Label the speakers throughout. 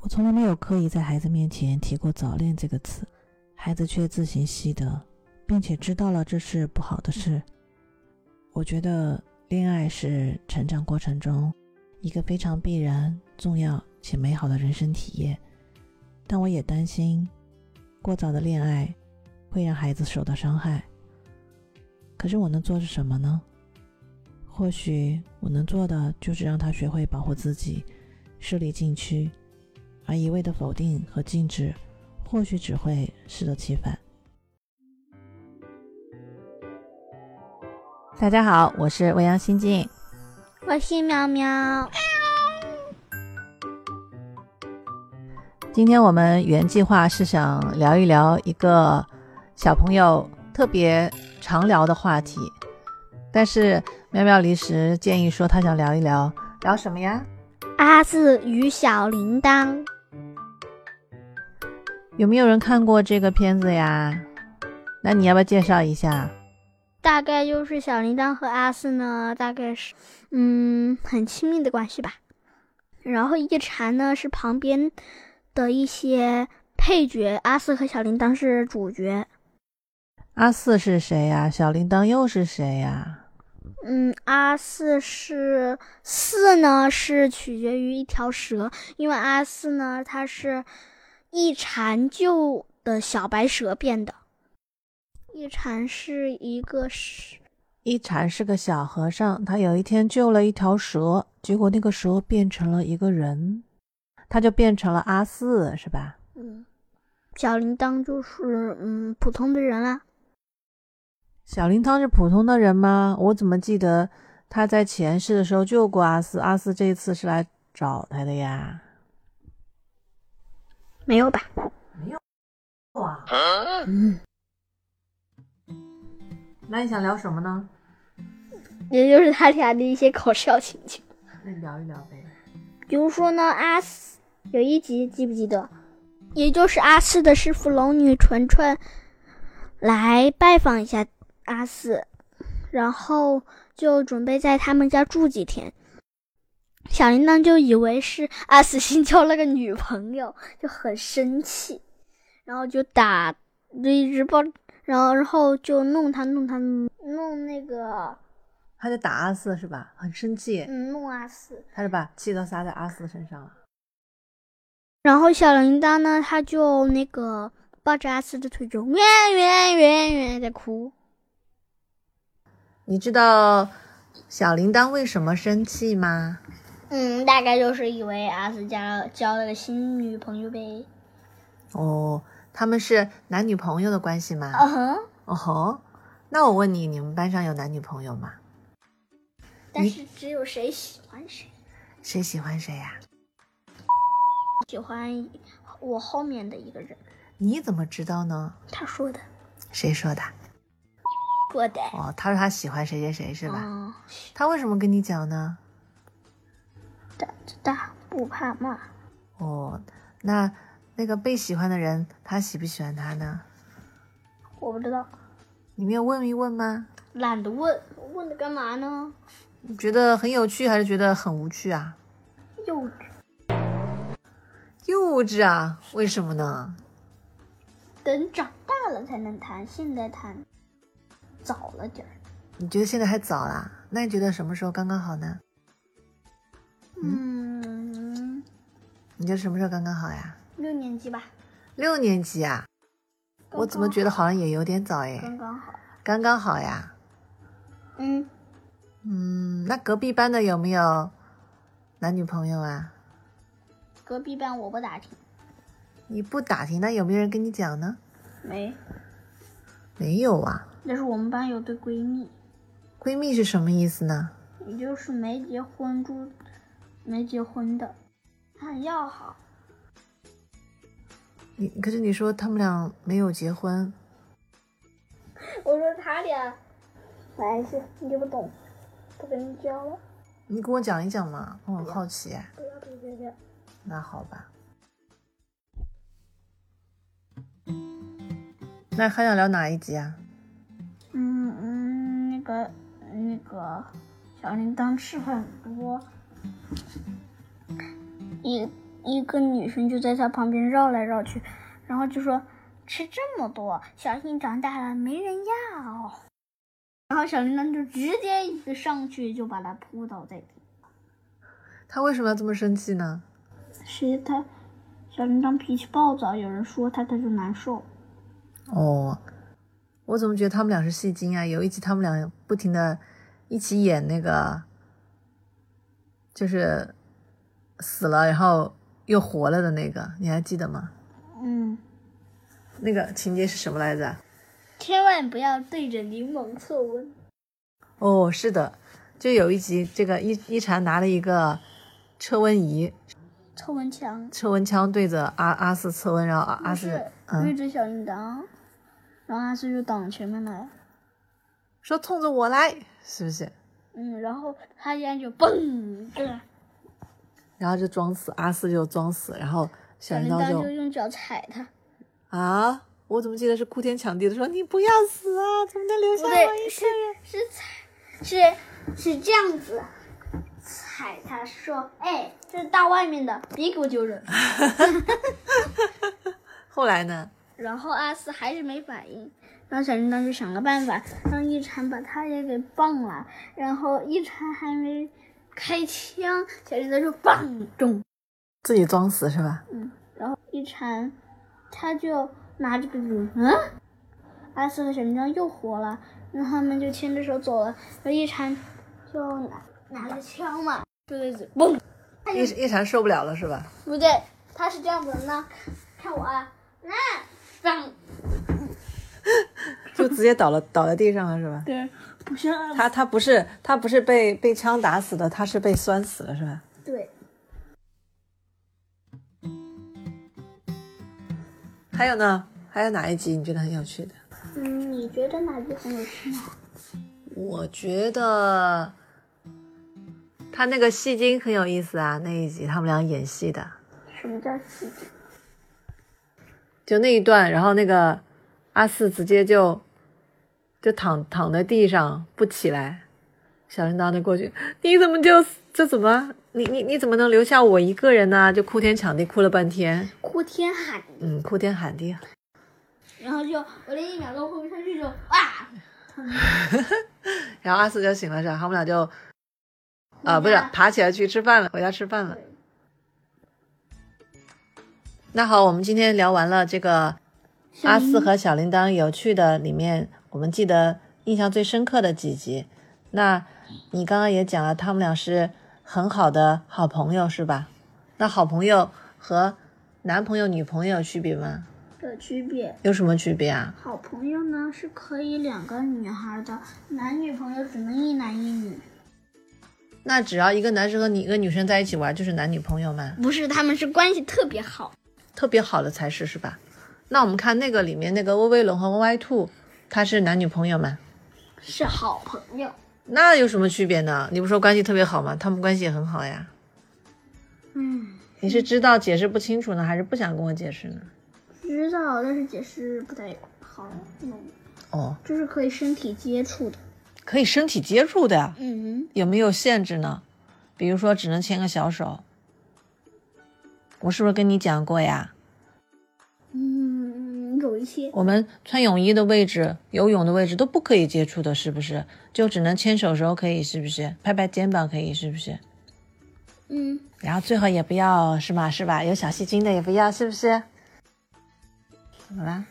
Speaker 1: 我从来没有刻意在孩子面前提过“早恋”这个词，孩子却自行习得，并且知道了这是不好的事。我觉得恋爱是成长过程中一个非常必然、重要且美好的人生体验，但我也担心，过早的恋爱会让孩子受到伤害。可是我能做是什么呢？或许我能做的就是让他学会保护自己，设立禁区，而一味的否定和禁止，或许只会适得其反。大家好，我是未央心境。
Speaker 2: 我是苗苗，
Speaker 1: 今天我们原计划是想聊一聊一个小朋友特别常聊的话题，但是妙妙离时建议说他想聊一聊聊什么呀？
Speaker 2: 阿四与小铃铛，
Speaker 1: 有没有人看过这个片子呀？那你要不要介绍一下？
Speaker 2: 大概就是小铃铛和阿四呢，大概是嗯很亲密的关系吧。然后叶禅呢是旁边的一些配角，阿四和小铃铛是主角。
Speaker 1: 阿四是谁呀？小铃铛又是谁呀？
Speaker 2: 嗯，阿四是四呢是取决于一条蛇，因为阿四呢它是一蝉救的小白蛇变的。一蝉是一个是
Speaker 1: 一禅是个小和尚，他有一天救了一条蛇，结果那个蛇变成了一个人，他就变成了阿四，是吧？
Speaker 2: 嗯，小铃铛就是嗯普通的人啦、
Speaker 1: 小铃铛是普通的人吗？我怎么记得他在前世的时候救过阿四？阿四这一次是来找他的呀？
Speaker 2: 没有吧？
Speaker 1: 哇，
Speaker 2: 嗯，
Speaker 1: 那你想聊什么呢？
Speaker 2: 也就是他俩的一些搞笑情景。
Speaker 1: 那你聊一聊呗。
Speaker 2: 比如说呢，阿四有一集记不记得？也就是阿四的师傅龙女纯纯来拜访一下阿四，然后就准备在他们家住几天。小铃铛就以为是阿四新交了个女朋友，就很生气，然后就打，就一直抱，然后然后就弄他弄他弄那个
Speaker 1: 他就打阿四是吧？很生气，
Speaker 2: 嗯弄阿四，
Speaker 1: 他是把气都撒在阿四身上了。
Speaker 2: 然后小铃铛呢，他就那个抱着阿四的腿就圆圆圆圆在哭。
Speaker 1: 你知道小铃铛为什么生气吗？
Speaker 2: 嗯，大概就是以为阿四交了交了个新女朋友呗。
Speaker 1: 哦，他们是男女朋友的关系吗？
Speaker 2: 嗯哼，
Speaker 1: 哦吼，那我问你，你们班上有男女朋友吗？
Speaker 2: 但是只有谁喜欢谁，
Speaker 1: 谁喜欢谁呀、
Speaker 2: 喜欢我后面的一个人。
Speaker 1: 你怎么知道呢？
Speaker 2: 他说的，
Speaker 1: 谁说的？
Speaker 2: 说的。
Speaker 1: 哦，他说他喜欢谁谁谁是吧？
Speaker 2: 嗯，
Speaker 1: 他为什么跟你讲呢？
Speaker 2: 胆子大不怕骂，
Speaker 1: 哦，那那个被喜欢的人，他喜不喜欢他呢？
Speaker 2: 我不知道，
Speaker 1: 你没有问一问吗？
Speaker 2: 懒得问，问了干嘛呢？
Speaker 1: 你觉得很有趣还是觉得很无趣啊？
Speaker 2: 幼稚
Speaker 1: 幼稚啊？为什么呢？
Speaker 2: 等长大了才能谈，现在谈早了点儿。
Speaker 1: 你觉得现在还早啦？那你觉得什么时候刚刚好呢？
Speaker 2: 嗯，
Speaker 1: 你觉得什么时候刚刚好呀？
Speaker 2: 六年级吧，
Speaker 1: 六年级啊？我怎么觉得好像也有点早哎？
Speaker 2: 刚刚好？
Speaker 1: 刚刚好呀。
Speaker 2: 嗯，
Speaker 1: 嗯，那隔壁班的有没有男女朋友啊？
Speaker 2: 隔壁班我不打听，
Speaker 1: 你不打听，那有没有人跟你讲呢？
Speaker 2: 没。
Speaker 1: 没有啊。
Speaker 2: 但是我们班有对闺蜜，
Speaker 1: 闺蜜是什么意思呢？
Speaker 2: 也就是没结婚住，没结婚的，她很要好。
Speaker 1: 你可是你说他们俩没有结婚，
Speaker 2: 我说他俩，没事，你就不懂，不跟你交了。
Speaker 1: 你给我讲一讲嘛，我很好奇。
Speaker 2: 不要不要不要不要，
Speaker 1: 那好吧。那还想聊哪一集啊？
Speaker 2: 嗯嗯，那个那个小铃铛吃很多，一一个女生就在他旁边绕来绕去，然后就说：“吃这么多，小心长大了没人要。”然后小铃铛就直接一个上去就把他扑倒在地。
Speaker 1: 他为什么要这么生气呢？
Speaker 2: 是他小铃铛脾气暴躁，有人说他他就难受。
Speaker 1: 哦，我怎么觉得他们俩是戏精啊？有一集他们俩不停的一起演那个，就是死了然后又活了的那个，你还记得吗？
Speaker 2: 嗯，
Speaker 1: 那个情节是什么来着？
Speaker 2: 千万不要对着柠檬测温。
Speaker 1: 哦，是的，就有一集这个一一禅拿了一个测温仪，
Speaker 2: 测温枪
Speaker 1: 测温枪对着阿阿四测温，然后阿阿
Speaker 2: 不
Speaker 1: 四
Speaker 2: 是对
Speaker 1: 嗯
Speaker 2: 着小铃铛，然后阿四就挡前面来，
Speaker 1: 说冲着我来，是不是？
Speaker 2: 嗯，然后他竟然就嘣，对
Speaker 1: 然后就装死，阿四就装死，然后小
Speaker 2: 小
Speaker 1: 铃
Speaker 2: 铃
Speaker 1: 铛
Speaker 2: 铛
Speaker 1: 就
Speaker 2: 就用脚踩他。
Speaker 1: 啊，我怎么记得是哭天抢地的说你不要死啊，怎么能留下
Speaker 2: 不
Speaker 1: 我
Speaker 2: 对
Speaker 1: 一，
Speaker 2: 是是踩，是是这样子踩他说，哎，这是大外面的，别给我丢人。
Speaker 1: 后来呢？
Speaker 2: 然后阿四还是没反应，然后小铃铛就想个办法，让一禅把他也给棒了。然后一禅还没开枪，小铃铛就棒中。
Speaker 1: 自己装死是吧？
Speaker 2: 嗯，然后一缠，他就拿着个饼，嗯，阿四和小铃铛又活了，然后他们就牵着手走了，然后一缠就拿拿着枪嘛，就对着嘣，
Speaker 1: 一一禅受不了了是吧？
Speaker 2: 不对，他是这样子的呢，看我啊，那棒，
Speaker 1: 就直接倒了，倒在地上了是吧？
Speaker 2: 对，不是，
Speaker 1: 他他不是他不是被被枪打死的，他是被栓死了是吧？
Speaker 2: 对，
Speaker 1: 还有呢？还有哪一集你觉得很有趣的？
Speaker 2: 嗯，你觉得哪句很有趣呢？
Speaker 1: 我觉得他那个戏精很有意思啊，那一集他们俩演戏的，
Speaker 2: 什么叫戏精？
Speaker 1: 就那一段，然后那个阿四直接就就躺躺在地上不起来，小铃铛就过去，你怎么就这怎么你你你怎么能留下我一个人呢？就哭天抢地哭了半天，
Speaker 2: 哭天喊地，
Speaker 1: 嗯，哭天喊地。
Speaker 2: 然后就我连一秒都回不上去，就啊，
Speaker 1: 然后阿四就醒了，是吧？他们俩就啊、
Speaker 2: 回家
Speaker 1: 不是爬起来去吃饭了，回家吃饭了。那好，我们今天聊完了这个阿四和小铃铛有趣的里面，我们记得印象最深刻的几集。那你刚刚也讲了，他们俩是很好的好朋友，是吧？那好朋友和男朋友、女朋友有区别吗？
Speaker 2: 的区别。
Speaker 1: 有什么区别啊？
Speaker 2: 好朋友呢是可以两个女孩的，男女朋友只能一男一女。
Speaker 1: 那只要一个男生和你一个女生在一起玩，就是男女朋友嘛。
Speaker 2: 不是，他们是关系特别好。
Speaker 1: 特别好的才是，是吧？那我们看那个里面那个薇薇龙和 Y Y Two，他是男女朋友吗？
Speaker 2: 是好朋友。
Speaker 1: 那有什么区别呢？你不说关系特别好吗？他们关系也很好呀。
Speaker 2: 嗯，
Speaker 1: 你是知道解释不清楚呢，还是不想跟我解释呢？
Speaker 2: 知道，但是解释不太好弄。
Speaker 1: 哦，
Speaker 2: 就是可以身体接触的。
Speaker 1: 可以身体接触的呀，
Speaker 2: 嗯，
Speaker 1: 有没有限制呢？比如说只能牵个小手，我是不是跟你讲过呀？
Speaker 2: 嗯，有一些。
Speaker 1: 我们穿泳衣的位置、游泳的位置都不可以接触的，是不是？就只能牵手时候可以，是不是？拍拍肩膀可以，是不是？
Speaker 2: 嗯，
Speaker 1: 然后最好也不要是吗？是吧？有小细菌的也不要，是不是？怎么啦？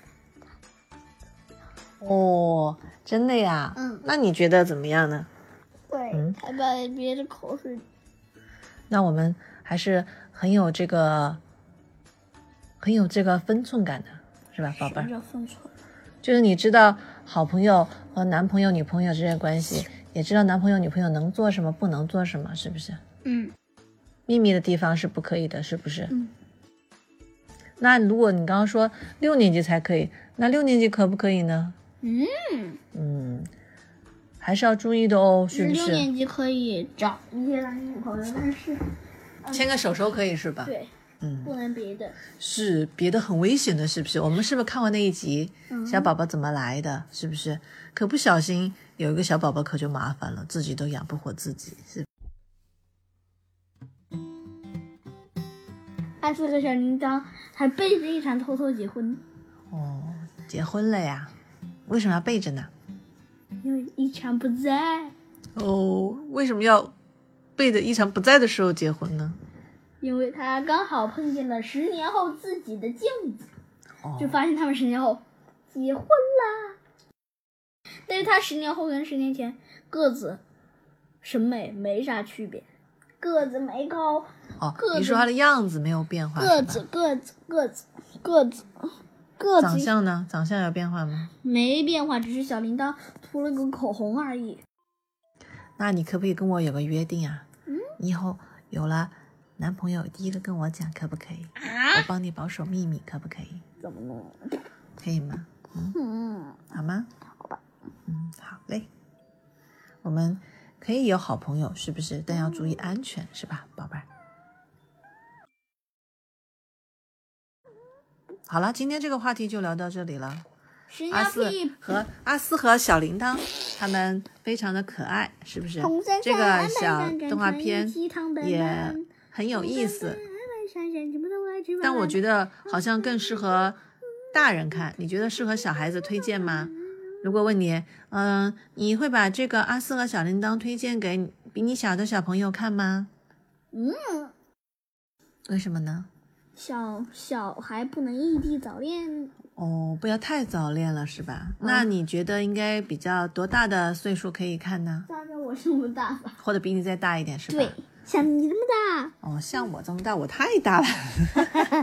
Speaker 1: 哦，真的呀？
Speaker 2: 嗯
Speaker 1: 那你觉得怎么样呢？
Speaker 2: 对，还把别的口水。
Speaker 1: 那我们还是很有这个，很有这个分寸感的，是吧，宝贝儿？
Speaker 2: 叫分寸？
Speaker 1: 就是你知道好朋友和男朋友、女朋友之间的关系，也知道男朋友、女朋友能做什么，不能做什么，是不是？
Speaker 2: 嗯，
Speaker 1: 秘密的地方是不可以的，是不是？
Speaker 2: 嗯。
Speaker 1: 那如果你刚刚说六年级才可以，那六年级可不可以呢？
Speaker 2: 嗯，
Speaker 1: 嗯，还是要注意的哦，是不
Speaker 2: 六
Speaker 1: 是？
Speaker 2: 年级可以找一些男女朋友，但是
Speaker 1: 牵个手手可以是吧？
Speaker 2: 对，
Speaker 1: 嗯
Speaker 2: 不能别的。
Speaker 1: 是别的很危险的，是不是？我们是不是看过那一集
Speaker 2: 嗯
Speaker 1: 《小宝宝怎么来的》？是不是？可不小心有一个小宝宝可就麻烦了，自己都养不活自己，是
Speaker 2: 阿四和小铃铛还背着一场偷偷结婚，
Speaker 1: 哦，结婚了呀？为什么要背着呢？
Speaker 2: 因为一场不在，
Speaker 1: 哦，为什么要背着一场不在的时候结婚呢？
Speaker 2: 因为他刚好碰见了十年后自己的镜子，
Speaker 1: 哦
Speaker 2: 就发现他们十年后结婚啦。但是他十年后跟十年前个子审美没啥区别，个子没高，
Speaker 1: 哦
Speaker 2: 个，
Speaker 1: 你
Speaker 2: 子
Speaker 1: 说他的样子没有变化，
Speaker 2: 个
Speaker 1: 是吧
Speaker 2: 子个子个子个子个
Speaker 1: 长
Speaker 2: 子
Speaker 1: 相呢？长相有变化吗？
Speaker 2: 没变化，只是小铃铛涂了个口红而已。
Speaker 1: 那你可不可以跟我有个约定啊？
Speaker 2: 嗯
Speaker 1: 你以后有了男朋友，第一个跟我讲，可不可以？我帮你保守秘密，可不可以？
Speaker 2: 啊怎么弄？
Speaker 1: 可以吗？
Speaker 2: 嗯，
Speaker 1: 好吗？好吧。嗯，好嘞。我们可以有好朋友，是不是？但要注意安全，是吧，
Speaker 2: 嗯
Speaker 1: 宝贝儿？好了，今天这个话题就聊到这里了。
Speaker 2: 十
Speaker 1: 阿
Speaker 2: 年
Speaker 1: 四
Speaker 2: 屁
Speaker 1: 和阿四和小铃铛，他们非常的可爱，是不是
Speaker 2: 红三？
Speaker 1: 这个
Speaker 2: 三
Speaker 1: 小动画片也很有意。
Speaker 2: 安
Speaker 1: 思
Speaker 2: 板，上山什么都爱吃
Speaker 1: 但我觉
Speaker 2: 得
Speaker 1: 得好像更适合大人看。你觉得适合小孩子推荐吗？如果问你，嗯、你会把这个阿四和小铃铛推荐给比你小的小朋友看吗？
Speaker 2: 嗯，
Speaker 1: 为什么呢？
Speaker 2: 小小孩不能异地早恋，
Speaker 1: 哦，不要太早恋了，是吧？那你觉得应该比较多大的岁数可以看呢？
Speaker 2: 大概我这么大吧？
Speaker 1: 或者比你再大一点，是吧？
Speaker 2: 对，像你这么大。
Speaker 1: 哦，像我这么大，我太大了。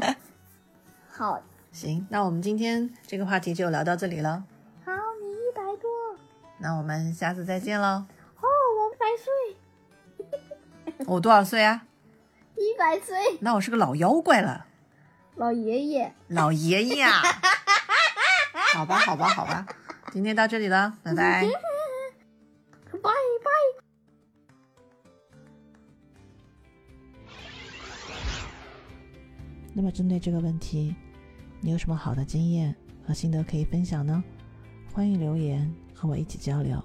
Speaker 2: 好，
Speaker 1: 行，那我们今天这个话题就聊到这里了，
Speaker 2: 好，你一百多，
Speaker 1: 那我们下次再见喽。
Speaker 2: 哦，我百岁，
Speaker 1: 我多少岁啊？
Speaker 2: 一百岁，
Speaker 1: 那我是个老妖怪了，
Speaker 2: 老爷爷，
Speaker 1: 老爷 爷啊。好吧，好吧，好吧，今天到这里了，拜拜。
Speaker 2: 拜拜。
Speaker 3: 那么针对这个问题，你有什么好的经验和心得可以分享呢？欢迎留言和我一起交流。